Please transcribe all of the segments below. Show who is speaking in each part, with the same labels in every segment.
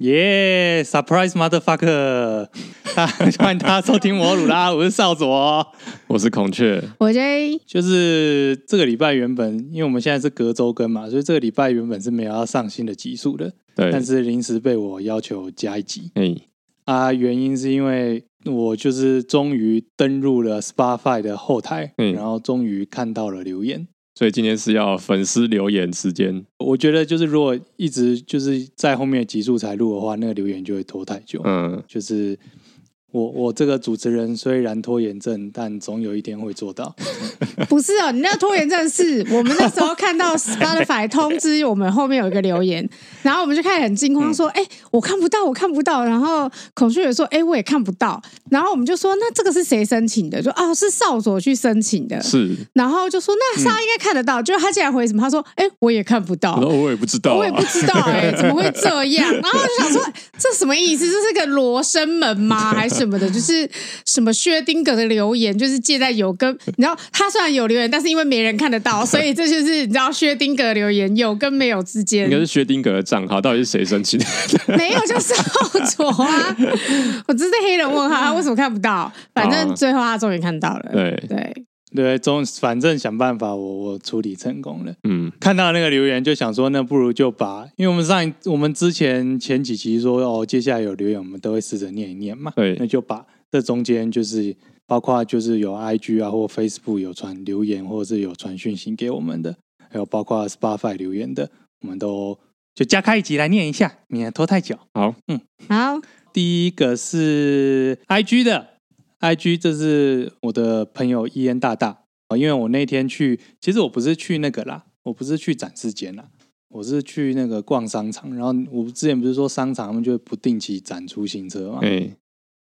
Speaker 1: 耶、s u r p r i s e motherfucker！哈 欢迎大家收听摩鲁拉，我是少佐。
Speaker 2: 我是孔雀，
Speaker 3: 我这
Speaker 1: 就是这个礼拜原本，因为我们现在是隔周更嘛，所以这个礼拜原本是没有要上新的集数的，
Speaker 2: 对，
Speaker 1: 但是临时被我要求加一集
Speaker 2: 哎、
Speaker 1: 啊，原因是因为我就是终于登入了 Spotify 的后台，
Speaker 2: 嗯
Speaker 1: 然后终于看到了留言。
Speaker 2: 所以今天是要粉丝留言时间，
Speaker 1: 我觉得就是如果一直就是在后面的集数才录的话，那个留言就会拖太久。
Speaker 2: 嗯，
Speaker 1: 就是我我这个主持人虽然拖延症，但总有一天会做到。
Speaker 3: 不是哦，你那拖延症是我们那时候看到 Spotify 通知我们后面有一个留言，然后我们就开始很惊慌，说：“哎、我看不到，我看不到。”然后孔雀也说：“哎、我也看不到。”然后我们就说：“那这个是谁申请的？”就哦，是少佐去申请的。
Speaker 2: 是，
Speaker 3: 然后就说：“那莎应该看得到。就他竟然回什么？他说：“哎、我也看不到。”
Speaker 2: 我说我也不知道
Speaker 3: 我也
Speaker 2: 啊
Speaker 3: 不，知道哎、怎么会这样？然后我就想说，这什么意思？这是个罗生门吗？还是什么的？就是什么薛丁格的留言，就是借在有跟，你知道他虽然有留言，但是因为没人看得到，所以这就是你知道薛丁格的留言有跟没有之间
Speaker 2: 应该是薛丁格的账号，到底是谁申请的？
Speaker 3: 没有就是后左啊！我真是黑人问号，他为什么看不到？反正最后他终于看到了。
Speaker 2: 对，
Speaker 3: 对，
Speaker 1: 对，总反正想办法我，我处理成功了。
Speaker 2: 嗯，
Speaker 1: 看到那个留言就想说，那不如就把，因为我们上一我们之前前几集说哦，接下来有留言，我们都会试着念一念嘛。
Speaker 2: 对
Speaker 1: 那就把这中间就是包括就是有 IG 啊或 Facebook 有传留言，或者是有传讯息给我们的，还有包括 Spotify 留言的，我们都就加开一集来念一下，免得拖太久。
Speaker 2: 好，
Speaker 3: 好，
Speaker 1: 第一个是 IG 的，IG 这是我的朋友伊恩大大哦，因为我那天去，其实我不是去那个啦，我不是去展示间啦，我是去那个逛商场。然后我之前不是说商场他们就会不定期展出新车嘛，
Speaker 2: 哎、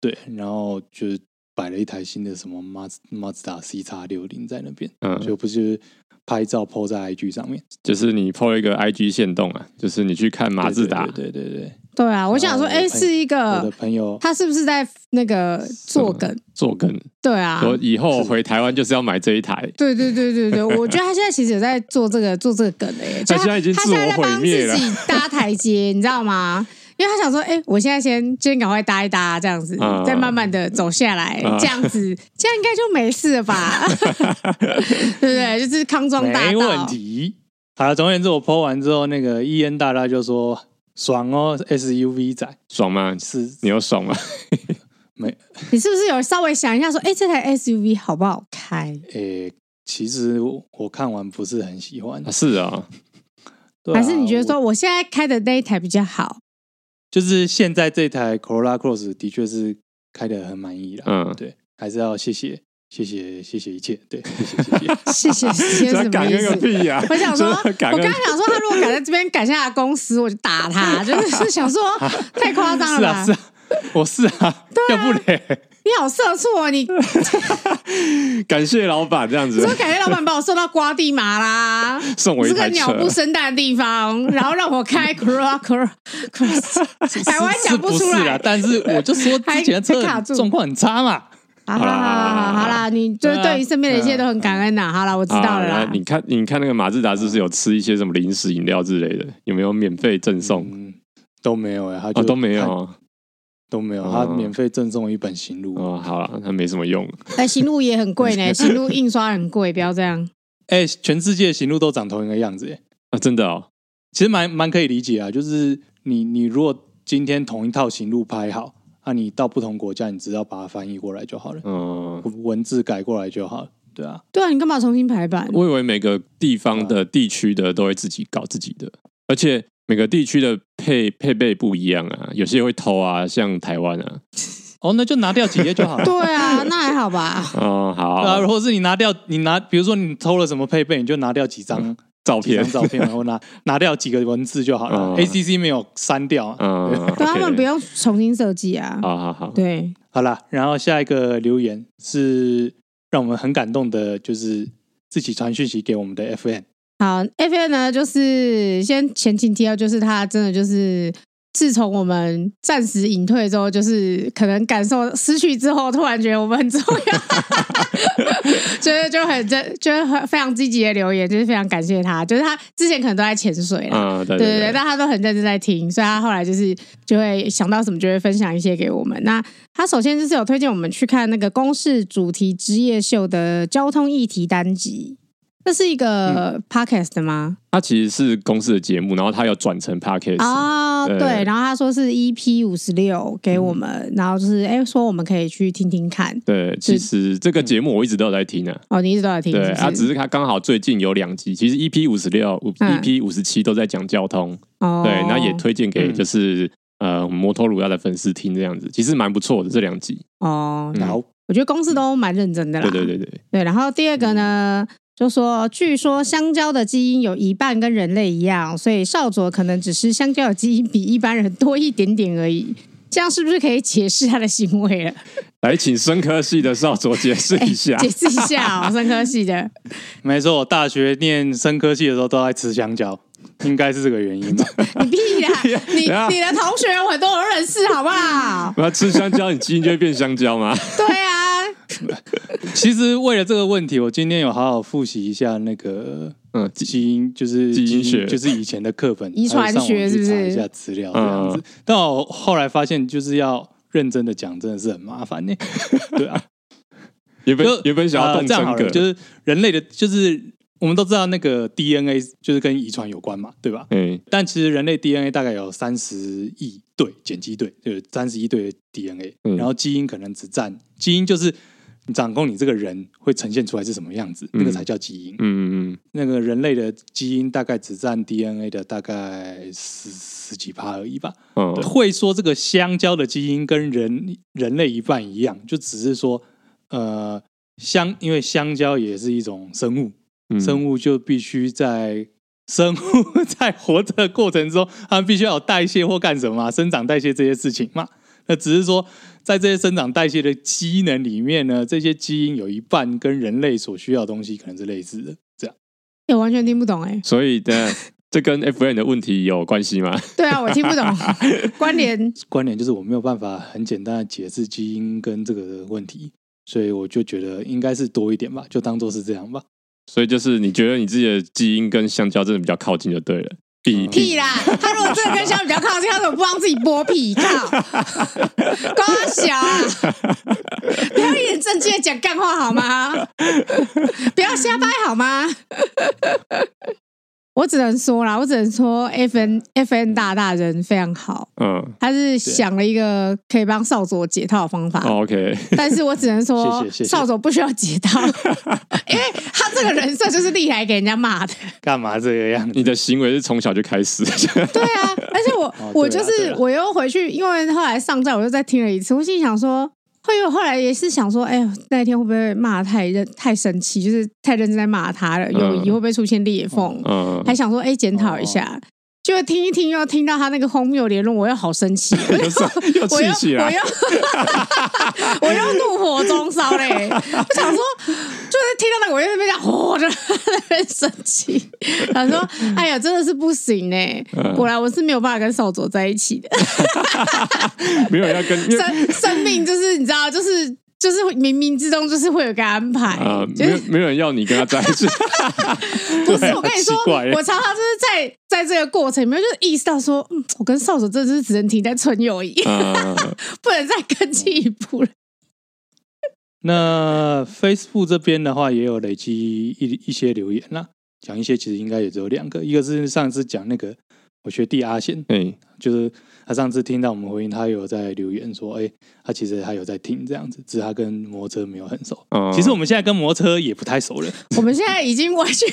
Speaker 1: 对，然后就是摆了一台新的什么 Maz Mazda C x 六零在那边，所以
Speaker 2: 嗯，
Speaker 1: 我不是拍照 po 在 IG 上面，
Speaker 2: 就是你 PO 一个 IG 线动啊，就是你去看马自达，
Speaker 1: 对对对对对，
Speaker 3: 对啊，我想说，
Speaker 1: 然后我
Speaker 3: 哎、是一
Speaker 1: 我的
Speaker 3: 个
Speaker 1: 朋友
Speaker 3: 他是不是在那个作梗？
Speaker 2: 做梗，
Speaker 3: 对啊，
Speaker 2: 我以后回台湾就是要买这一台，
Speaker 3: 对对对对对，我觉得他现在其实有在做这个做这个梗诶、欸，就
Speaker 2: 他现在已经
Speaker 3: 他
Speaker 2: 自
Speaker 3: 现在
Speaker 2: 我
Speaker 3: 在
Speaker 2: 毁
Speaker 3: 帮
Speaker 2: 灭了
Speaker 3: 自己搭 台阶，你知道吗？因为他想说，哎、我现在先先赶快搭一搭，这样子，
Speaker 2: 啊
Speaker 3: 再慢慢的走下来，
Speaker 2: 啊
Speaker 3: 这样 子，这样应该就没事了吧？ 对不对？就是康庄大道，
Speaker 1: 没问题。好，总而言之，我 PO 完之后，那个伊恩大大就说：“爽哦，SUV 仔
Speaker 2: 爽吗？
Speaker 1: 是
Speaker 2: 你有爽吗？
Speaker 3: 你是不是有稍微想一下说，哎、这台 SUV 好不好开？
Speaker 1: 诶、其实我我看完不是很喜欢
Speaker 2: 啊，是啊、
Speaker 1: 对啊
Speaker 3: 还是你觉得
Speaker 1: 我
Speaker 3: 说我现在开的那一台比较好？
Speaker 1: 就是现在这台 Corolla Cross 的确是开的很满意了，
Speaker 2: 嗯
Speaker 1: 对，还是要谢谢谢谢谢谢一切，对，谢谢谢谢。
Speaker 3: 谢谢，谢谢
Speaker 2: 这
Speaker 3: 什么
Speaker 2: 啊感
Speaker 3: 意
Speaker 2: 恩
Speaker 3: 思
Speaker 2: 个？屁呀、
Speaker 3: 我 想说，我
Speaker 2: 这感
Speaker 3: 刚刚
Speaker 2: 恩
Speaker 3: 想说，他如果敢在这边赶下公司，我就打他，就是是想说太夸张了
Speaker 1: 是啊
Speaker 3: 吧？
Speaker 1: 是啊，我是 啊，要不嘞，
Speaker 3: 你好社畜哦，你
Speaker 2: 感谢老板这样子
Speaker 3: 说感觉老板把我送到瓜地马拉，
Speaker 2: 送我一
Speaker 3: 这个
Speaker 2: 台车
Speaker 3: 鸟，不生蛋的地方，然后让我开 cross cross，台湾
Speaker 1: 是
Speaker 3: 讲不
Speaker 1: 不
Speaker 3: 出
Speaker 1: 是啦
Speaker 3: 来。
Speaker 1: 但是我就说之前的车
Speaker 3: 还还卡住
Speaker 1: 状况很差嘛，
Speaker 3: 好啦好啦好啦，你就是对于身边的一切都很感恩呐。好啦，我知道
Speaker 2: 啊
Speaker 3: 了
Speaker 2: 然
Speaker 3: 啦
Speaker 2: 后。你看，你看那个马自达是不是有吃一些什么零食、饮料之类的？有没有免费赠送？哦
Speaker 1: 嗯，都没有哎、他就、
Speaker 2: 哦，都没有
Speaker 1: 他
Speaker 2: 啊。
Speaker 1: 都没有，
Speaker 2: 哦
Speaker 1: 他免费赠送一本行路。
Speaker 2: 哦，好了，那没什么用。
Speaker 3: 哎，行路也很贵呢，行路印刷很贵，不要这样。
Speaker 1: 哎、全世界行路都长同一个样子，哎
Speaker 2: 啊，真的哦，
Speaker 1: 其实蛮蛮可以理解啊。就是你你如果今天同一套行路拍好，啊，你到不同国家，你只要把它翻译过来就好了，
Speaker 2: 嗯，
Speaker 1: 文字改过来就好了。对啊，
Speaker 3: 对啊，你干嘛重新排版？
Speaker 2: 我以为每个地方的、地区的都会自己搞自己的，而且每个地区的配配备不一样啊，有些会偷啊，像台湾啊。
Speaker 1: 哦，那就拿掉几页就 好了。
Speaker 3: 对啊，那还好吧。
Speaker 2: 哦，好，
Speaker 1: 对啊，如果是你拿掉，你拿，比如说你偷了什么配备，你就拿掉几张
Speaker 2: 嗯照
Speaker 1: 几
Speaker 2: 片
Speaker 1: 张，照片，然后拿拿掉几个文字就好了。
Speaker 2: 嗯
Speaker 1: A C C 没有删掉啊。
Speaker 2: 嗯，
Speaker 3: 对啊，
Speaker 2: OK
Speaker 3: 他们不。用重新设计啊。
Speaker 2: 好好好，
Speaker 3: 对，
Speaker 1: 好啦，然后下一个留言是让我们很感动的，就是自己传讯息给我们的 FN。
Speaker 3: 好，F N 呢，就是先前情提要，就是他真的就是自从我们暂时隐退之后，就是可能感受失去之后，突然觉得我们很重 要，所以就很真，就是很非常积极的留言，就是非常感谢他。就是他之前可能都在潜水啦，
Speaker 2: 啊，对
Speaker 3: 对对
Speaker 2: 对
Speaker 3: 对，但他都很认真在听，所以他后来就是就会想到什么就会分享一些给我们。那他首先就是有推荐我们去看那个公视主题之夜秀的交通议题单集，这是一个 podcast 吗？
Speaker 2: 它其实是公司的节目，然后它有转成 podcast，、
Speaker 3: 哦，
Speaker 2: 对
Speaker 3: 对，然后他说是 EP 五十六给我们，然后就是哎说我们可以去听听看。
Speaker 2: 对，其实这个
Speaker 3: 嗯
Speaker 2: 节目我一直都有在听啊。
Speaker 3: 哦，你一直都在听，
Speaker 2: 对，
Speaker 3: 是
Speaker 2: 啊，
Speaker 3: 不
Speaker 2: 只
Speaker 3: 是
Speaker 2: 是它刚好最近有两集，其实 EP 五十六、
Speaker 3: 嗯
Speaker 2: EP 五十七都在讲交通，
Speaker 3: 哦，
Speaker 2: 对，那也推荐给
Speaker 1: 嗯
Speaker 2: 就是、呃摩托鲁亚的粉丝听这样子，其实蛮不错的这两 集。
Speaker 3: 哦，
Speaker 2: 嗯
Speaker 1: 好，
Speaker 3: 我觉得公司都蛮认真的啦，
Speaker 2: 对对对对，
Speaker 3: 对，然后第二个呢，就说据说香蕉的基因有一半跟人类一样，所以少佐可能只是香蕉的基因比一般人多一点点而已。这样是不是可以解释他的行为了？
Speaker 2: 来请生科系的 少佐解释一下。
Speaker 3: 解释一下哦，生科系的
Speaker 1: 没错，我大学念生科系的时候都爱吃香 蕉，应该是这个原因吧？
Speaker 3: 你屁啦！你
Speaker 2: 呀
Speaker 3: 你的同学我很多人认识，好不 好？
Speaker 2: 我要吃香蕉，你基因就会变香蕉吗？
Speaker 3: 对 啊，
Speaker 1: 其实为了这个问题，我今天有好好复习一下那个
Speaker 2: 嗯，
Speaker 1: 基因，就是
Speaker 2: 基因学
Speaker 1: 就是以前的课本
Speaker 3: 遗传学是不是
Speaker 1: 还有上网去查一下资料这样子
Speaker 2: 嗯？
Speaker 1: 但我后来发现，就是要认真的讲，真的是很麻烦 呢。对啊，
Speaker 2: 原本
Speaker 1: 就
Speaker 2: 原本想要
Speaker 1: 呃
Speaker 2: 动
Speaker 1: 这样好
Speaker 2: 真格，
Speaker 1: 了，就是人类的，就是我们都知道那个 DNA 就是跟遗传有关嘛，对吧？
Speaker 2: 嗯
Speaker 1: 但其实人类 DNA 大概有三十亿对碱基对，就是三十亿对的 DNA，、
Speaker 2: 嗯
Speaker 1: 然后基因可能只占基因就是你掌控你这个人会呈现出来是什么样子，
Speaker 2: 嗯
Speaker 1: 那个才叫基因。
Speaker 2: 嗯嗯
Speaker 1: 那个人类的基因大概只占 DNA 的大概十十几趴而已吧。
Speaker 2: 嗯
Speaker 1: 对
Speaker 2: 嗯，
Speaker 1: 会说这个香蕉的基因跟人人类一半一样，就只是说呃香，因为香蕉也是一种生物，
Speaker 2: 嗯
Speaker 1: 生物就必须在生物在活着的过程中， 它们必须要有代谢或干什么、啊、生长代谢这些事情嘛。那只是说，在这些生长代谢的机能里面呢，这些基因有一半跟人类所需要的东西可能是类似的。这样，
Speaker 3: 我完全听不懂哎、
Speaker 2: 所以的这跟 FN 的问题有关系吗？
Speaker 3: 对啊，我听不懂关联。
Speaker 1: 关联就是我没有办法很简单的解释基因跟这个问题，所以我就觉得应该是多一点吧，就当做是这样吧。
Speaker 2: 所以就是你觉得你自己的基因跟香蕉真的比较靠近就对了，比比
Speaker 3: 屁啦！他如果真的跟香比较靠近，他怎么不帮自己剥 皮？靠，光小、啊，不要一脸正经的讲干话好吗？不要瞎掰好吗？我只能说啦，我只能说，F N F N 大大人非常好，
Speaker 2: 嗯
Speaker 3: 他是想了一个可以帮少佐解套的方法。
Speaker 2: 哦，OK，
Speaker 3: 但是我只能说，
Speaker 1: 谢谢谢谢
Speaker 3: 少佐不需要解套，因为他这个人设就是历来给人家骂的。
Speaker 1: 干嘛这个样子？
Speaker 2: 你的行为是从小就开始，
Speaker 3: 对啊，而且我、
Speaker 1: 哦
Speaker 3: 我
Speaker 1: 对
Speaker 2: 啊
Speaker 3: 就
Speaker 1: 啦对
Speaker 3: 是
Speaker 1: 啦
Speaker 3: 我又回去，因为后来上站我又再听了一次，我心里想说，会有后来也是想说，哎呦，那一天会不会骂得太认太生气，就是太认真在骂他了，
Speaker 2: 嗯
Speaker 3: 友谊会不会出现裂缝？
Speaker 2: 嗯，哦
Speaker 3: 还想说，哎，检讨一下。就听一听，又听到他那个荒谬言论，我又好生 气，我
Speaker 2: 又生又
Speaker 3: 我
Speaker 2: 气
Speaker 3: 又
Speaker 2: 起
Speaker 3: 我
Speaker 2: 来
Speaker 3: 又 我又怒火中烧嘞！我想说，就是听到那个，我又在那边讲，火着 在那边生气，想说，哎呀，真的是不行哎、
Speaker 2: 嗯
Speaker 3: 果然我是没有办法跟少佐在一 起的，
Speaker 2: 没有要跟，因为
Speaker 3: 生生命就是你知道，就是就是冥冥之中就是会有个安排，
Speaker 2: 啊，
Speaker 3: 就
Speaker 2: 没
Speaker 3: 是
Speaker 2: 有没有人要你跟他在一起， 啊
Speaker 3: 不是，我跟你说
Speaker 2: 很奇怪，
Speaker 3: 我常常就是在在这个过程里面，就是意识到说，嗯，我跟少佐真的是只能停在纯友谊，
Speaker 2: 啊，
Speaker 3: 不能再更进一步了。
Speaker 1: 那 Facebook 这边的话，也有累积一一些留言啦，讲一些其实应该也只有两个，一个是上次讲那个我学弟阿贤，
Speaker 2: 哎，
Speaker 1: 就是他上次听到我们回应，他有在留言说，哎、他其实还有在听这样子，只是他跟摩托车没有很熟。
Speaker 2: 哦
Speaker 1: 其实我们现在跟摩托车也不太熟了，
Speaker 3: 我们现在已经 完全。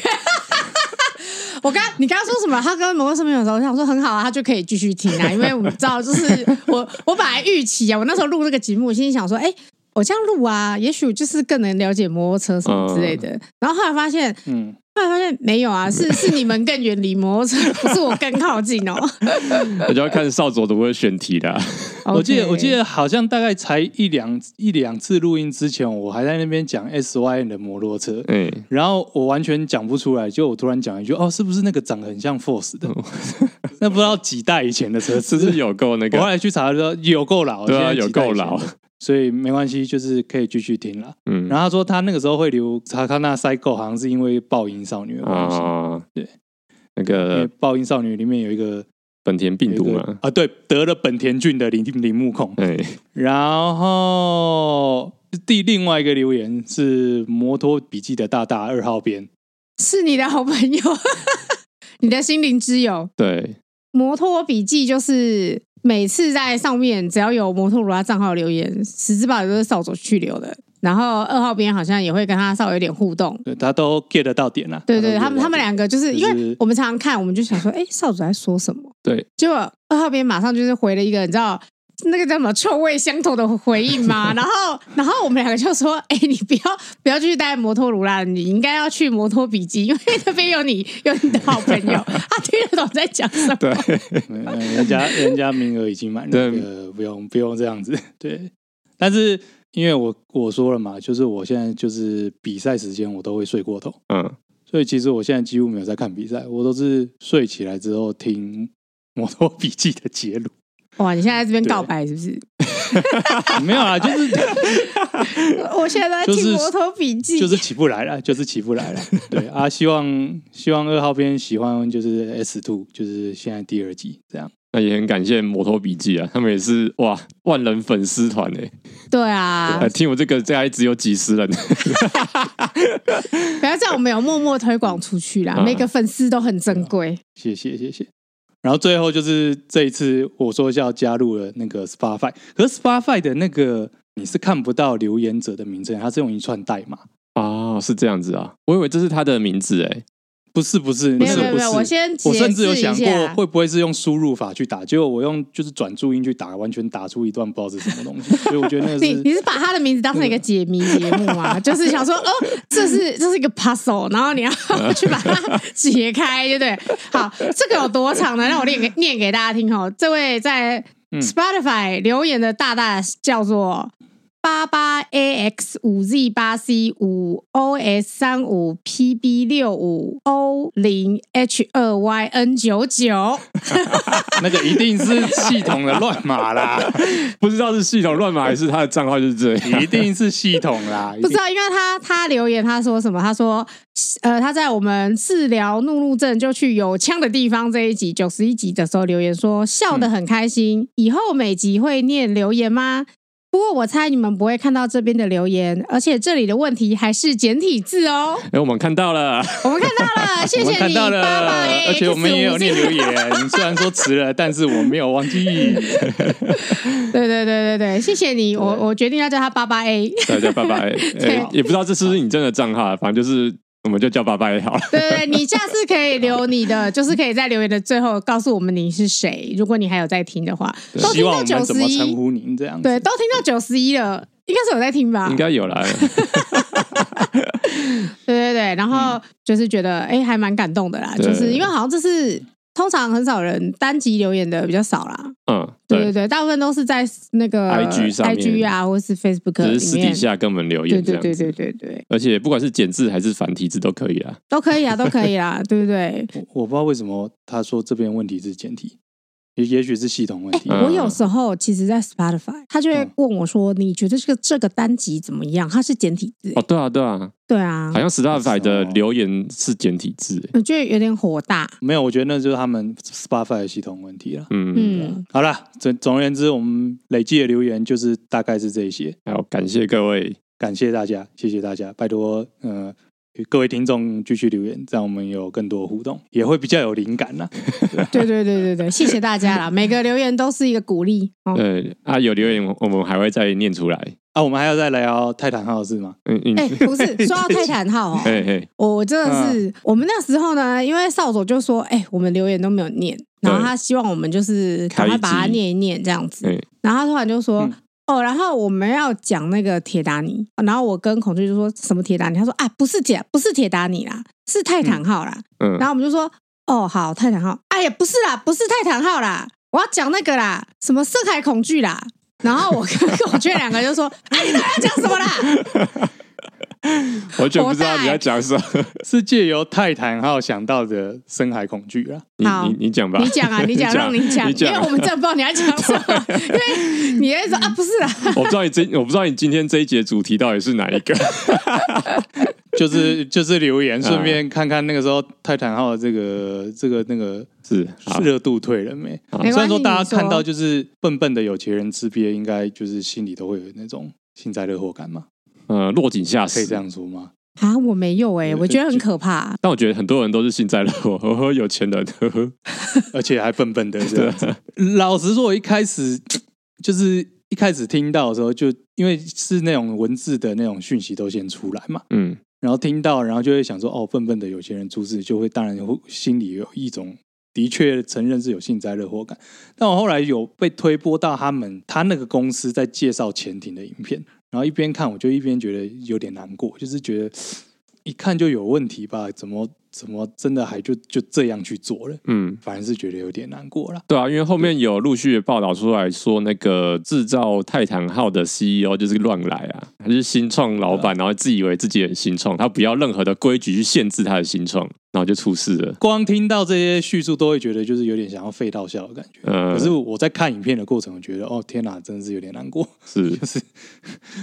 Speaker 3: 我刚你刚刚说什么？他跟某个什么有时候，我想说很好啊，他就可 以继续听啊，因为我们知道，就是我我本来预期啊，我那时候录这个节目，我心里想说，哎、我这样录啊，也许就是更能了解摩托车什么之类的。然后后来发现，
Speaker 1: 嗯，
Speaker 3: 后来发现没有 啊，是是你们更远离摩托车，不是我更靠近哦。
Speaker 2: 那就要看少佐怎么会选题啦。
Speaker 1: 我记得我记
Speaker 3: OK，
Speaker 1: 得好像大概才一两一两次录音之前，我还在那边讲 S Y N 的摩托车，
Speaker 2: 哎、
Speaker 1: 然后我完全讲不出来，就我突然讲一句，哦，是不是那个长得很像 Force 的？ 那不知道几代以前的车
Speaker 2: 这
Speaker 1: 子，
Speaker 2: 是有够那
Speaker 1: 我后
Speaker 2: 个，
Speaker 1: 来去查的时候有够老，
Speaker 2: 对啊
Speaker 1: 现在几代以前
Speaker 2: 有够老
Speaker 1: 的，所以没关系，就是可以继续听了。
Speaker 2: 嗯
Speaker 1: 然后他说他那个时候会留查康纳塞购，好像是因为《暴音少女》的关系，
Speaker 2: 啊，
Speaker 1: 对，
Speaker 2: 那
Speaker 1: 因为《
Speaker 2: 个
Speaker 1: 暴音少女》里面有一个
Speaker 2: 本田病毒
Speaker 1: 有一个
Speaker 2: 嘛，
Speaker 1: 啊，对，得了本田郡的铃铃木控。
Speaker 2: 哎、
Speaker 1: 然后第另外一个留言是摩托笔记的大大二号边，
Speaker 3: 是你的好朋友， 你的心灵之友。
Speaker 2: 对，
Speaker 3: 摩托笔记就是每次在上面只要有摩托罗拉账号留言，十之八九都是少佐去留的。然后二号边好像也会跟他稍微有点互动。
Speaker 1: 对呃他都 get 得到点了、
Speaker 3: 对对，
Speaker 1: 都 get
Speaker 3: 他们
Speaker 1: 到
Speaker 3: 他们
Speaker 1: 点
Speaker 3: 两个就是因
Speaker 1: 就是
Speaker 3: 为我们常常看，我们就想说，哎，少佐在说什么？
Speaker 2: 对，
Speaker 3: 结果二号边马上就是回了一个，你知道。那个叫什么臭味相投的回应吗？然后，然后我们两个就说：“哎、你不要不要去带摩托罗拉，你应该要去摩托笔记，因为那边有你有你的好朋友，他听得懂在讲什么。”
Speaker 2: 对，
Speaker 1: 没有 人家人家名额已经满了，
Speaker 2: 对
Speaker 1: 那个不用不用这样子。 对，但是因为我我说了嘛，就是我现在就是比赛时间我都会睡过头，
Speaker 2: 嗯，
Speaker 1: 所以其实我现在几乎没有在看比赛，我都是睡起来之后听。摩托笔记的节录
Speaker 3: 哇，你现在在这边
Speaker 1: 对
Speaker 3: 告白是不是？
Speaker 1: 没有啦，就是
Speaker 3: 我现在都在
Speaker 1: 就
Speaker 3: 听
Speaker 1: 是
Speaker 3: 摩托笔记，
Speaker 1: 就是起不来了，就是起不来了。对啊，希望希望二号边喜欢就是 S two，就是现在第二季这样。
Speaker 2: 那也很感谢摩托笔记啊，他们也是哇万人粉丝团哎，
Speaker 3: 对啊
Speaker 2: 呃，听我这个大概只有几十人，
Speaker 3: 不要这样，我们有默默推广出去
Speaker 1: 啊
Speaker 2: 嗯
Speaker 3: 啦，每个粉丝都很珍贵。
Speaker 1: 谢谢谢谢。然后最后就是这一次我说要加入了那个 Spotify，可是 Spotify 的那个你是看不到留言者的名称，它是用一串代码。
Speaker 2: 哦，是这样子啊，我以为这是他的名字哎，
Speaker 1: 不是不是，不
Speaker 3: 没有
Speaker 1: 是
Speaker 3: 没有
Speaker 1: 不
Speaker 3: 没有，
Speaker 1: 是，
Speaker 3: 我先解
Speaker 1: 我
Speaker 3: 释
Speaker 1: 甚至有
Speaker 3: 一下
Speaker 1: 想过会不会是用输入法去打，结果我用就是转注音去打，完全打出一段不知道是什么东西，所以我觉得那个
Speaker 3: 你 你
Speaker 1: 是
Speaker 3: 是把他的名字当成一个解谜节目吗？就是想说，哦，这是这是一个 puzzle，然后你要去把它解开，对不对？好，这个有多长呢？让我念给念给大家听哦。这位在 Spotify 留言的大大叫做八八 A X 五 Z 八 C 五 O S 三五 P B 六五 O 零 H 二 Y N 九九。
Speaker 1: 那个一定是系统的乱码啦，
Speaker 2: 不知道是系统乱码还是他的账号就是这样，
Speaker 1: 一定是系统 啦，
Speaker 3: 不知啊道，因为他他留言他说什么？他说，呃，他在我们治疗怒路症就去有枪的地方这一集九十一集的时候留言说，笑得很开心。
Speaker 1: 嗯
Speaker 3: 以后每集会念留言吗？不过我猜你们不会看到这边的留言，而且这里的问题还是简体字 哦。
Speaker 2: 哎，我们看到了，
Speaker 3: 我们看到了，谢
Speaker 1: 我们
Speaker 3: 谢
Speaker 1: 看
Speaker 3: 你，
Speaker 1: 到了
Speaker 3: 爸哎爸。
Speaker 1: 而且我们也有念留言，虽然说迟了，但是我没有忘记。
Speaker 3: 对对对对对，谢谢你，我我决定要叫他爸爸 A。
Speaker 2: 大家拜 拜，
Speaker 3: 对
Speaker 2: 哎，也不知道这是不是你真的账号啊，反正就是我们就叫拜拜好了，
Speaker 3: 对对，对你下次可以留你的，就是可以在留言的最后告诉我们你是谁，如果你还有在听的话， 都
Speaker 1: 希
Speaker 3: 听
Speaker 1: 望
Speaker 3: 到
Speaker 1: 我
Speaker 3: 九
Speaker 1: 们怎
Speaker 3: 十
Speaker 1: 么称
Speaker 3: 一，
Speaker 1: 呼您这样子？
Speaker 3: 对，都听到九十一了，应该是有在听吧？
Speaker 2: 应该有啦。
Speaker 3: 对对对，然后就是觉得哎、诶还蛮感动的啦，
Speaker 2: 嗯对
Speaker 3: 就是因为好像这是通常很少人单集留言的比较少啦，
Speaker 2: 嗯，
Speaker 3: 对 对，对，大部分都是在那个
Speaker 2: IG 上面
Speaker 3: IG 啊，或是 Facebook
Speaker 2: 只是私
Speaker 3: 里面
Speaker 2: 底，下跟我们留
Speaker 3: 对
Speaker 2: 言这
Speaker 3: 对
Speaker 2: 样子，
Speaker 3: 对对对对，
Speaker 2: 而且不管是简字还是繁体字都可以啊。
Speaker 3: 都可以啊，都可以啦，对不对？
Speaker 1: 我我不知道为什么他说这边问题是简体，也也许是系统问题。
Speaker 2: 嗯
Speaker 3: 哎我有时候其实，在 Spotify，他就会问我说：“你觉得这个这个单集怎么样？”它是简体字、
Speaker 2: 哦，对啊，对啊，
Speaker 3: 对啊
Speaker 2: 好，像 Spotify 的
Speaker 1: 是哦
Speaker 2: 留言是简体字欸，
Speaker 3: 我觉得有点火大。
Speaker 1: 没有，我觉得那就是他们 Spotify 的系统问题了。
Speaker 2: 嗯，
Speaker 3: 嗯，
Speaker 1: 好啦，总总而言之，我们累计的留言就是大概是这一些，
Speaker 2: 好，感谢各位，
Speaker 1: 感谢大家，谢谢大家，拜托，呃，各位听众继续留言，这样我们有更多互动，也会比较有灵感啦。
Speaker 3: 嗯对对对对对，谢谢 大家啦！每个留言都是一个鼓励哦。
Speaker 2: 对啊，有留言我们还会再念出来，
Speaker 1: 啊，我们还要再聊泰坦号的事吗？
Speaker 2: 嗯嗯，
Speaker 3: 哎、不 是，说到泰坦号哦，
Speaker 2: 嘿嘿，
Speaker 3: 我我真的是、
Speaker 2: 嗯
Speaker 3: 我们那时候呢，因为少佐就说：“哎、我们留言都没有念。”然后
Speaker 2: 对
Speaker 3: 他希望我们就是赶快把它
Speaker 2: 开一集
Speaker 3: 念一念这样子
Speaker 2: 嗯。
Speaker 3: 然后他突然就说：“哦，然后我们要讲那个铁达尼，然后我跟孔雀就说什么铁达尼，他说啊不是铁不是铁达尼啦，是泰坦号啦。
Speaker 2: 嗯
Speaker 3: 然，后我们就说哦好泰坦号，哎呀不是啦不是泰坦号啦，我要讲那个啦，什么深海恐惧啦。然后我 跟孔雀两个就说，哎你到底要讲什么啦？
Speaker 2: 完全不知道你要讲什么，
Speaker 1: 是借由泰坦号想到的深海恐惧啊啦。
Speaker 2: 你
Speaker 3: 好
Speaker 2: 你你讲吧，
Speaker 3: 你讲啊，你讲，让你讲，
Speaker 2: 你
Speaker 3: 因为
Speaker 2: 讲
Speaker 3: 我。们真的不知道你要讲什么，因为你在说啊不 是啦，
Speaker 2: 我不知道你这，我不知道你今天这一节主题到底是哪一 个。
Speaker 1: 就是就是留言，
Speaker 2: 啊
Speaker 1: 顺便看看那个时候泰坦号的这个这个那个
Speaker 2: 是好
Speaker 1: 热度退了没？
Speaker 2: 好
Speaker 3: 没
Speaker 1: 虽
Speaker 3: 关
Speaker 1: 然
Speaker 3: 系。
Speaker 1: 说大
Speaker 3: 你
Speaker 1: 家看到就是笨笨的有钱人自憋，应该就是心里都会有那种幸灾乐祸感嘛，
Speaker 2: 呃，落井下
Speaker 1: 可以
Speaker 2: 石
Speaker 1: 这。样说吗？
Speaker 3: 啊，我没有哎、
Speaker 1: 对
Speaker 3: 我觉得很可怕。
Speaker 2: 但我觉得很多人都是幸灾乐祸，呵呵，有钱人，呵呵，
Speaker 1: 而且还笨笨的这样子。老实说，我一开始就是一开始听到的时候就，因为是那种文字的那种讯息都先出来嘛，
Speaker 2: 嗯，
Speaker 1: 然后听到，然后就会想说，哦，笨笨的有钱人出事，就会当然会心里有一种的确承认是有幸灾乐祸感。但我后来有被推播到他们他那个公司在介绍潜艇的影片，然后一边看我就一边觉得有点难过，就是觉得嘶一看就有问题吧，怎么怎么真的还就就这样去做了，
Speaker 2: 嗯，
Speaker 1: 反而是觉得有点难过了。
Speaker 2: 对啊，因为后面有陆续的报道出来说，那个制造泰坦号的 CEO 就是乱来啊，他是新创老板，然后自以为自己很新创，他不要任何的规矩去限制他的新创，然后就出事了。
Speaker 1: 光听到这些叙述，都会觉得就是有点想要废到笑的感觉。
Speaker 2: 嗯
Speaker 1: 可是我在看影片的过程，我觉得哦天哪，真的是有点难过。
Speaker 2: 是，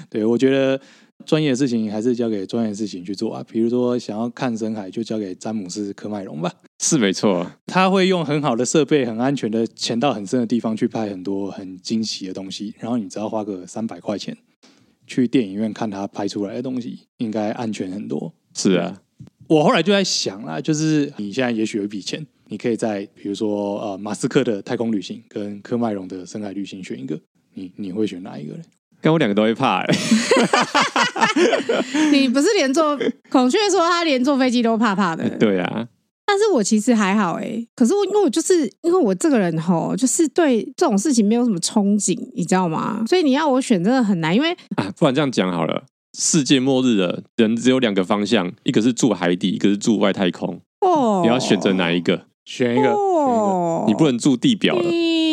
Speaker 1: 对，我觉得专业的事情还是交给专业的事情去做啊。比如说，想要看深海，就交给詹姆斯·科麦隆吧，
Speaker 2: 是没错，
Speaker 1: 他会用很好的设备、很安全的潜到很深的地方去拍很多很惊喜的东西，然后你只要花个三百块钱去电影院看他拍出来的东西，应该安全很多。
Speaker 2: 是啊，
Speaker 1: 我后来就在想啦，就是你现在也许有一笔钱，你可以在比如说呃马斯克的太空旅行跟科麦隆的深海旅行选一个，你你会选哪一个呢？
Speaker 2: 跟我两个都会怕、欸，
Speaker 3: 你不是连坐孔雀说他连坐飞机都怕怕的，
Speaker 2: 对啊，
Speaker 3: 但是我其实还好哎、可是我因为我就是因为我这个人吼，就是对这种事情没有什么憧憬，你知道吗？所以你要我选真的很难，因为
Speaker 2: 啊， 不然这样讲好了。世界末日了，人只有两个方向，一个是住海底，一个是住外太空。
Speaker 3: 哦，
Speaker 2: 你要选择哪一个？
Speaker 1: 选一个，选一个。
Speaker 3: 哦，
Speaker 2: 你不能住地表了，
Speaker 3: 嗯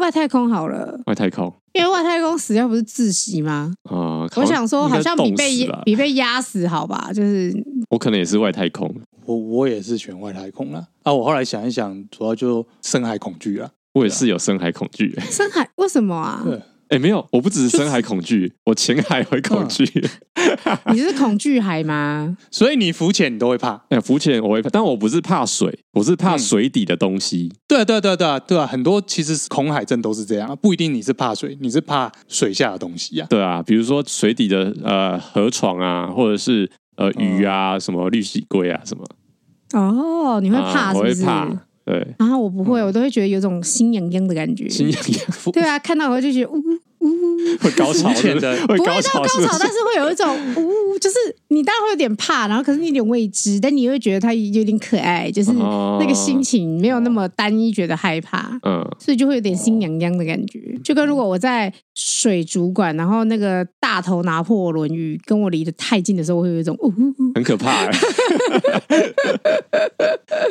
Speaker 3: 外太空好了，
Speaker 2: 外太空
Speaker 3: 因为外太空死掉不是窒息吗？
Speaker 2: 啊、
Speaker 3: 我想说，好像比
Speaker 2: 应该
Speaker 3: 被
Speaker 2: 是冻死吧
Speaker 3: 比被压死好吧，就是
Speaker 2: 我可能也是外太空，
Speaker 3: 啊
Speaker 1: 我我也是选外太空啦。啊，我后来想一想，主要就深海恐惧啊。
Speaker 2: 我也是有深海恐惧。
Speaker 3: 深海为什么啊？
Speaker 1: 对，
Speaker 2: 哎、没有，我不只是深海恐惧，我浅海会恐惧。
Speaker 3: 嗯你是恐惧海吗？
Speaker 1: 所以你浮潜你都会怕。
Speaker 2: 哎、浮潜我会怕，但我不是怕水，我是怕
Speaker 1: 嗯
Speaker 2: 水底的东西。
Speaker 3: 嗯
Speaker 1: 对啊对啊对啊对啊对啊，很多其实是恐海症都是这样啊，不一定你是怕水，你是怕水下的东西啊。
Speaker 2: 对啊，比如说水底的呃河床啊，或者是呃鱼啊，什么绿蜥龟啊，什么
Speaker 3: 哦，你会怕
Speaker 2: 啊
Speaker 3: 是
Speaker 2: 我
Speaker 3: 不
Speaker 2: 会
Speaker 3: 是？
Speaker 2: 怕。对，
Speaker 3: 啊，我不会，我都会觉得有种心痒痒的感觉。
Speaker 2: 心痒痒
Speaker 3: 对啊，看到我就觉得呜，
Speaker 2: 会高潮
Speaker 1: 浮潜
Speaker 2: 的
Speaker 1: 的，
Speaker 2: 会
Speaker 3: 不会
Speaker 2: 高
Speaker 3: 到
Speaker 2: 潮
Speaker 3: 高
Speaker 2: 是不
Speaker 3: 潮，但
Speaker 2: 是？
Speaker 3: 是会有一种呜，就是你当然会有点怕，然后可是你有点未知，但你又会觉得它有点可爱，就是
Speaker 2: 哦
Speaker 3: 那个心情没有那么单一，觉得害怕。
Speaker 2: 嗯，
Speaker 3: 所以就会有点心痒痒的感觉，就跟如果我在水族馆，然后那个大头拿破仑鱼跟我离得太近的时候，我会有一种呜呜呜
Speaker 2: 很可怕、欸。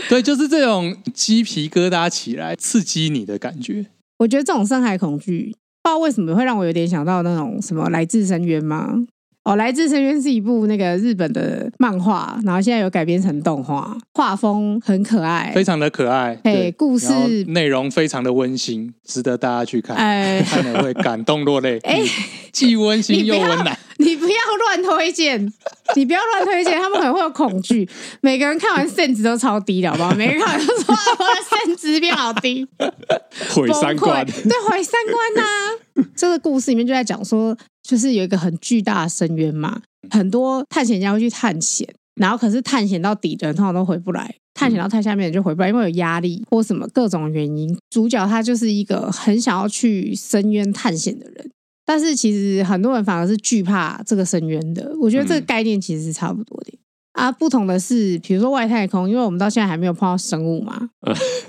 Speaker 1: 对，就是这种鸡皮疙瘩起来刺激你的感觉。
Speaker 3: 我觉得这种深海恐惧，不知道为什么会让我有点想到那种什么《来自深渊》吗？哦，《来自深渊》是一部那个日本的漫画，然后现在有改编成动画，画风很可爱，
Speaker 1: 非常的可爱，对
Speaker 3: 嘿故事
Speaker 1: 然后内容非常的温馨，值得大家去看，
Speaker 3: 哎。
Speaker 1: 看了会感动落泪。 哎，既温馨又温暖。
Speaker 3: 你不要乱推荐，你不要乱推荐，他们可能会有恐惧。每个人看完肾值都超低的，好不好？每个人看完都说啊我的肾值变好低，
Speaker 2: 毁三观
Speaker 3: 崩溃对，毁三观 呐、这个故事里面就在讲说，就是有一个很巨大的深渊嘛，很多探险家会去探险，然后可是探险到底的人通常都回不来。探险到太下面的人就回不来，因为有压力或什么各种原因。主角他就是一个很想要去深渊探险的人，但是其实很多人反而是惧怕这个深渊的。我觉得这个
Speaker 2: 嗯
Speaker 3: 概念其实是差不多的。啊，不同的是，比如说外太空，因为我们到现
Speaker 2: 嗯
Speaker 3: 在还没有碰到生物嘛，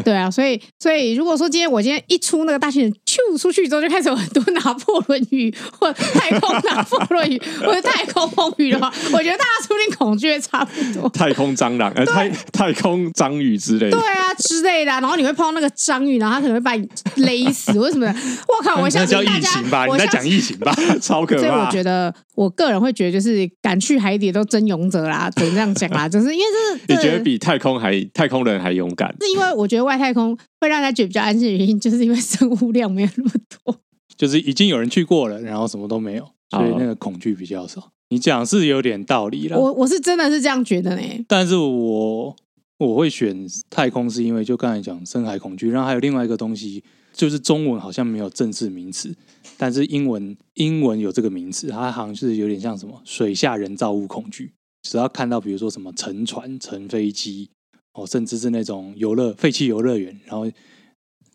Speaker 3: 对啊，所以所以如果说今天我今天一出那个大气人，咻咻出去之后，就开始有很多拿破仑语或太空拿破仑语或者太空风雨的话，我觉得大家说不定恐惧也差不多。
Speaker 2: 太空蟑螂，呃，太太空章鱼之类的
Speaker 3: 对，啊之类的啊、然后你会碰到那个章鱼，然后它可能会把你勒死，为什么？我靠！我
Speaker 2: 那
Speaker 3: 相信
Speaker 2: 叫
Speaker 3: 大
Speaker 2: 疫
Speaker 3: 家
Speaker 2: 情吧？，你
Speaker 3: 我
Speaker 2: 在
Speaker 3: 相
Speaker 2: 讲
Speaker 3: 信
Speaker 2: 疫情吧？ 超可
Speaker 3: 所以我
Speaker 2: 怕！
Speaker 3: 觉得，我个人会觉得，就是敢去海底都真勇者啦，只能这样讲 啦。就是因为这
Speaker 2: 你
Speaker 3: 是
Speaker 2: 觉得
Speaker 3: 对
Speaker 2: 比太空还太空人还勇敢？
Speaker 3: 是因为我觉得外太空会让大家觉得比较安心的原因，就是因为生物量没有那么多。
Speaker 1: 就是已经有人去过了，然后什么都没有，所以
Speaker 2: 哦
Speaker 1: 那个恐惧比较少。你讲是有点道理啦，
Speaker 3: 我我是真的是这样觉得呢。
Speaker 1: 但是我我会选太空，是因为就刚才讲深海恐惧，然后还有另外一个东西，就是中文好像没有正式名词，但是英文英文有这个名词，它好像是有点像什么水下人造物恐惧，只要看到比如说什么沉船、乘飞机，哦，甚至是那种游乐废弃游乐园，然后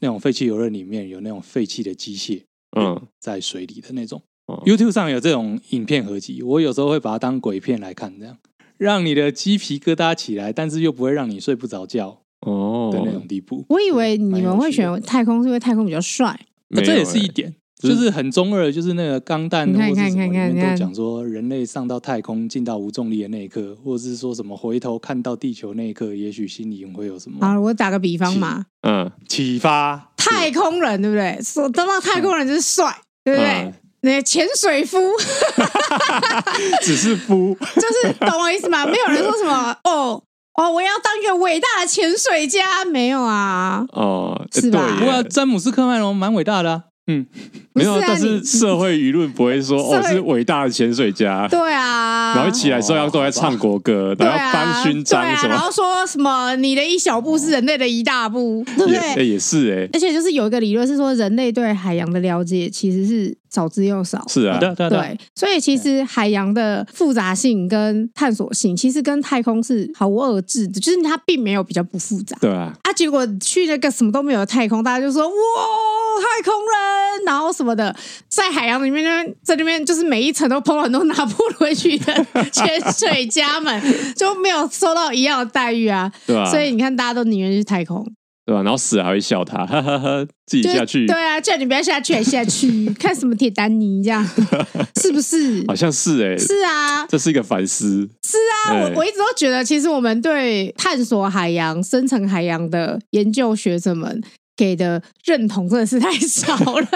Speaker 1: 那种废弃游乐里面有那种废弃的机械，
Speaker 2: 嗯，
Speaker 1: 在水里的那种。
Speaker 2: 哦
Speaker 1: YouTube 上有这种影片合集，我有时候会把它当鬼片来看，这样让你的鸡皮疙瘩起来，但是又不会让你睡不着觉的那
Speaker 2: 哦
Speaker 1: 种，地步。
Speaker 3: 我以为你们会
Speaker 1: 蛮
Speaker 3: 选太空，是因为太空比较帅。
Speaker 1: 那
Speaker 2: 没
Speaker 1: 这
Speaker 2: 有
Speaker 1: 也是一
Speaker 2: 欸
Speaker 1: 点，
Speaker 2: 就是
Speaker 1: 就是很中二，就是那个钢弹
Speaker 3: 你
Speaker 1: 或
Speaker 3: 看
Speaker 1: 是什么里
Speaker 3: 看看看
Speaker 1: 面都
Speaker 3: 看
Speaker 1: 讲说，人类上到太空进到无重力的那一刻，或者是说什么回头看到地球那一刻，也许心里会有什么
Speaker 3: 好，我打个比方嘛，
Speaker 2: 嗯
Speaker 1: 启发。
Speaker 3: 太空人对不对？说当到太空人就是帅，对不对
Speaker 2: 嗯？
Speaker 3: 那潜水夫
Speaker 2: 只是敷，
Speaker 3: 就是懂我意思吗？没有人说什么哦哦，我要当一个伟大的潜水家，没有啊。
Speaker 2: 哦，呃
Speaker 3: 是吧
Speaker 1: 不
Speaker 2: 对
Speaker 1: 过啊
Speaker 2: 耶，
Speaker 1: 詹姆斯·科曼龙蛮伟大的、啊，嗯，
Speaker 2: 没有
Speaker 3: 不
Speaker 2: 啊，
Speaker 3: 是啊
Speaker 2: 但
Speaker 3: 你
Speaker 2: 是社会舆论不会说
Speaker 3: 社
Speaker 2: 哦
Speaker 3: 会
Speaker 2: 是伟大的潜水家，
Speaker 3: 对啊，
Speaker 2: 然后起来之后要都在唱国歌，
Speaker 3: 对
Speaker 2: 然
Speaker 3: 啊
Speaker 2: 后颁勋章
Speaker 3: 对啊
Speaker 2: 什
Speaker 3: 然
Speaker 2: 么，
Speaker 3: 后说什么你的一小步是人类的一 大步，对不
Speaker 2: 也哎
Speaker 3: 对？
Speaker 2: 也是哎，
Speaker 3: 而且就是有一个理论是说，人类对海洋的了解其实是少之又少。
Speaker 2: 是啊
Speaker 1: 对，啊对啊对啊
Speaker 3: 对，所以其实海洋的复杂性跟探索性，其实跟太空是毫无二致的，就是它并没有比较不复杂。
Speaker 2: 对啊，
Speaker 3: 啊，结果去那个什么都没有的太空，大家就说哇，太空人，然后什么的，在海洋里面呢，在那边就是每一层都碰到很多拿破仑语的潜水 家们，就没有受到一样的待遇啊。
Speaker 2: 对啊，
Speaker 3: 所以你看，大家都宁愿去太空，
Speaker 2: 对吧？然后死了还会笑他，哈哈哈，自己
Speaker 3: 就
Speaker 2: 下去
Speaker 3: 对，啊，叫你不要下去，还下去看什么铁达尼这 样，是不是？
Speaker 2: 好像是哎，
Speaker 3: 是啊，
Speaker 2: 这是一个反思，是啊
Speaker 3: 我我一直都觉得，其实我们对探索海洋、深层海洋的研究学者们给的认同真的是太 少了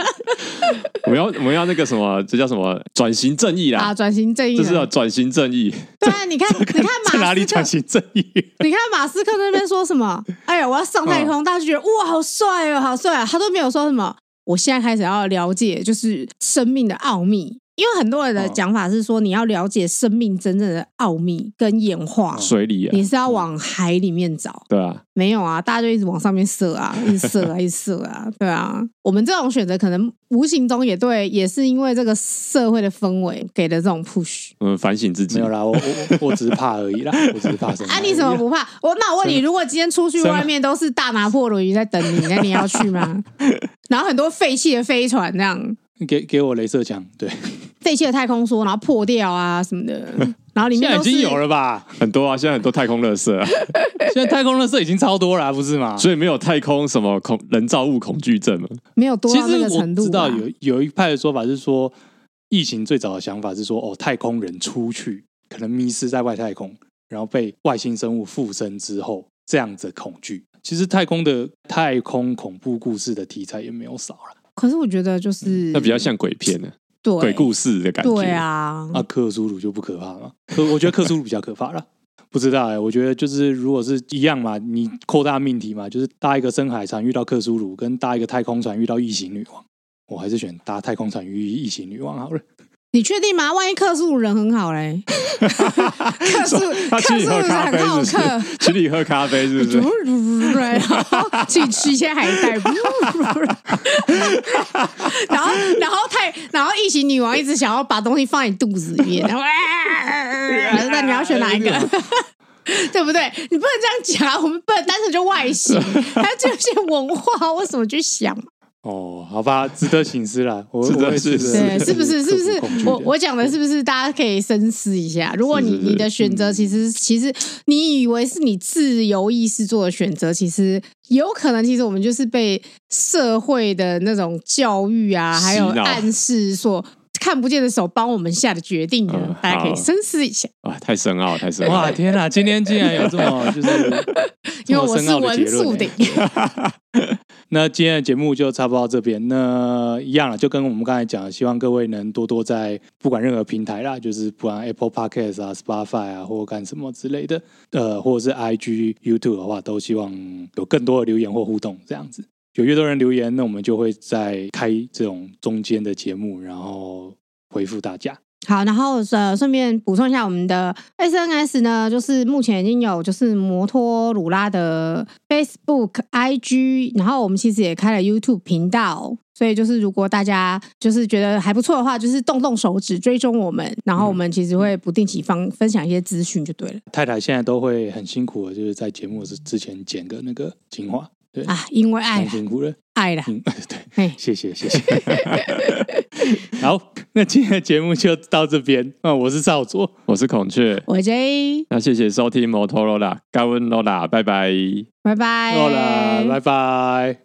Speaker 2: 我们要我们要那个什么，这叫什么转型正义
Speaker 3: 啊！
Speaker 2: 啦，
Speaker 3: 转型正义
Speaker 2: 这是要
Speaker 3: 了，
Speaker 2: 转型正义，
Speaker 3: 对啊，你看，你看马斯克
Speaker 1: 在哪里转型正义？
Speaker 3: 你看马斯克那边说什么？哎呀，我要上太空，大家就觉得哇，好帅哦，好帅、啊！他都没有说什么。我现在开始要了解，就是生命的奥秘，因为很多人的
Speaker 2: 嗯
Speaker 3: 讲法是说，你要了解生命真正的奥秘跟演化，
Speaker 2: 水里啊
Speaker 3: 你，是要往海里面找。
Speaker 2: 对啊，
Speaker 3: 没有啊，大家就一直往上面射啊，一直射啊，一直射啊，对啊。我们这种选择可能无形中也对，也是因为这个社会的氛围给的这种 push。
Speaker 2: 我们反省自己
Speaker 1: 没有，啦，我我我我只是怕而已啦，我只是怕什么而已啦？
Speaker 3: 啊，你怎么不怕？我那我问你，如果今天出去
Speaker 1: 真的
Speaker 3: 外面都是大拿破仑鱼在等你，那你要去吗？然后很多废弃的飞船这样，
Speaker 1: 给给我镭射枪，对，
Speaker 3: 废弃的太空梭，然后破掉啊什么 的，然后里
Speaker 1: 现
Speaker 3: 面
Speaker 1: 在已
Speaker 3: 都是
Speaker 1: 经有了 吧？
Speaker 2: 很多啊，现在很多太空垃圾啊，
Speaker 1: 现在太空垃圾已经超多了啊、不是吗？
Speaker 2: 所以没有太空什么恐人造物恐惧症嘛，
Speaker 3: 没有多
Speaker 1: 其
Speaker 3: 到
Speaker 1: 实
Speaker 3: 那个
Speaker 1: 我
Speaker 3: 程度吧。啊
Speaker 1: 知道有有一派的说法是说，疫情最早的想法是说，哦，太空人出去可能迷失在外太空，然后被外星生物附身之后，这样子恐惧。其实太空的太空恐怖故事的题材也没有少了
Speaker 3: 可是我觉得就是
Speaker 2: 那比较像鬼片呢，
Speaker 3: 对
Speaker 2: 鬼故事的感觉，
Speaker 3: 对，啊，
Speaker 1: 啊，克苏鲁就不可怕了，可我觉得克苏鲁比较可怕了。 不知道哎、我觉得就是如果是一样嘛，你扩大命题嘛，就是搭一个深海船遇到克苏鲁，跟搭一个太空船遇到异形女王，我还是选搭太空船遇异形女王好了。
Speaker 3: 你确定吗？万一克苏鲁人很好嘞， 克苏
Speaker 2: 他
Speaker 3: 克
Speaker 2: 请你
Speaker 3: 苏鲁
Speaker 2: 喝
Speaker 3: 人
Speaker 2: 咖啡
Speaker 3: 很好
Speaker 2: 是
Speaker 3: 客
Speaker 2: 不。是？请你喝咖啡是不 是？
Speaker 3: 然后 去吃一些海带， 然后然后太然后异形女王一直想要把东西放你肚子里 面，然后啊那你要选哪一个？ 对不对？你不能这样讲啊！我们不能单纯就外形，还要就一些文化，为什么去想？
Speaker 1: 哦，好吧，值得醒思啦。我
Speaker 2: 值得
Speaker 1: 我也觉
Speaker 2: 深思
Speaker 3: 对，是不是？是
Speaker 1: 刻
Speaker 3: 不
Speaker 1: 苦
Speaker 3: 是？我
Speaker 1: 恐惧
Speaker 3: 我讲的是不是？大家可以深思一下。如果你
Speaker 2: 是是是
Speaker 3: 你的选择其实其实你以为是你自由意识做的选择，其实有可能，其实我们就是被社会的那种教育啊，还有
Speaker 2: 洗脑
Speaker 3: 暗示所看不见的手帮我们下的决定
Speaker 2: 嗯
Speaker 3: 呢。大家可以
Speaker 2: 好
Speaker 3: 深思一下，
Speaker 2: 啊，太深奥，太深奥
Speaker 1: 哇，。天哪！今天竟然有这么就是这
Speaker 3: 因为
Speaker 1: 么
Speaker 3: 我
Speaker 1: 深
Speaker 3: 是
Speaker 1: 奥的结
Speaker 3: 文
Speaker 1: 论
Speaker 3: 素
Speaker 1: 欸
Speaker 3: 顶。
Speaker 1: 那今天的节目就差不多到这边。那一样了，就跟我们刚才讲的，希望各位能多多在不管任何平台啦，就是不管 Apple Podcast 啊、Spotify 啊，或干什么之类的，呃，或者是 IG、YouTube 的话，都希望有更多的留言或互动，这样子。有越多人留言，那我们就会再开这种中间的节目，然后回复大家。
Speaker 3: 好，然后呃，顺便补充一下，我们的 SNS 呢，就是目前已经有就是摩托鲁拉的 Facebook、IG，然后我们其实也开了 YouTube 频道，所以就是如果大家就是觉得还不错的话，就是动动手指追踪我们，然后我们其实会不定期放分享一些资讯就对了
Speaker 1: 太太现在都会很辛苦的，就是在节目之之前剪个那个精华，对，
Speaker 3: 啊，因为爱
Speaker 1: 蛮
Speaker 3: 了，
Speaker 1: 辛苦的。
Speaker 3: 爱了，
Speaker 1: 嗯， 对。
Speaker 3: 嘿，
Speaker 1: 谢谢谢谢。 好，那今天的节目就到这边。那、我是少佐，
Speaker 2: 我是孔雀，
Speaker 3: 我 J，
Speaker 2: 那谢谢收听摩托罗拉，高温罗拉，拜拜。
Speaker 3: 拜拜，
Speaker 1: 够了，拜拜。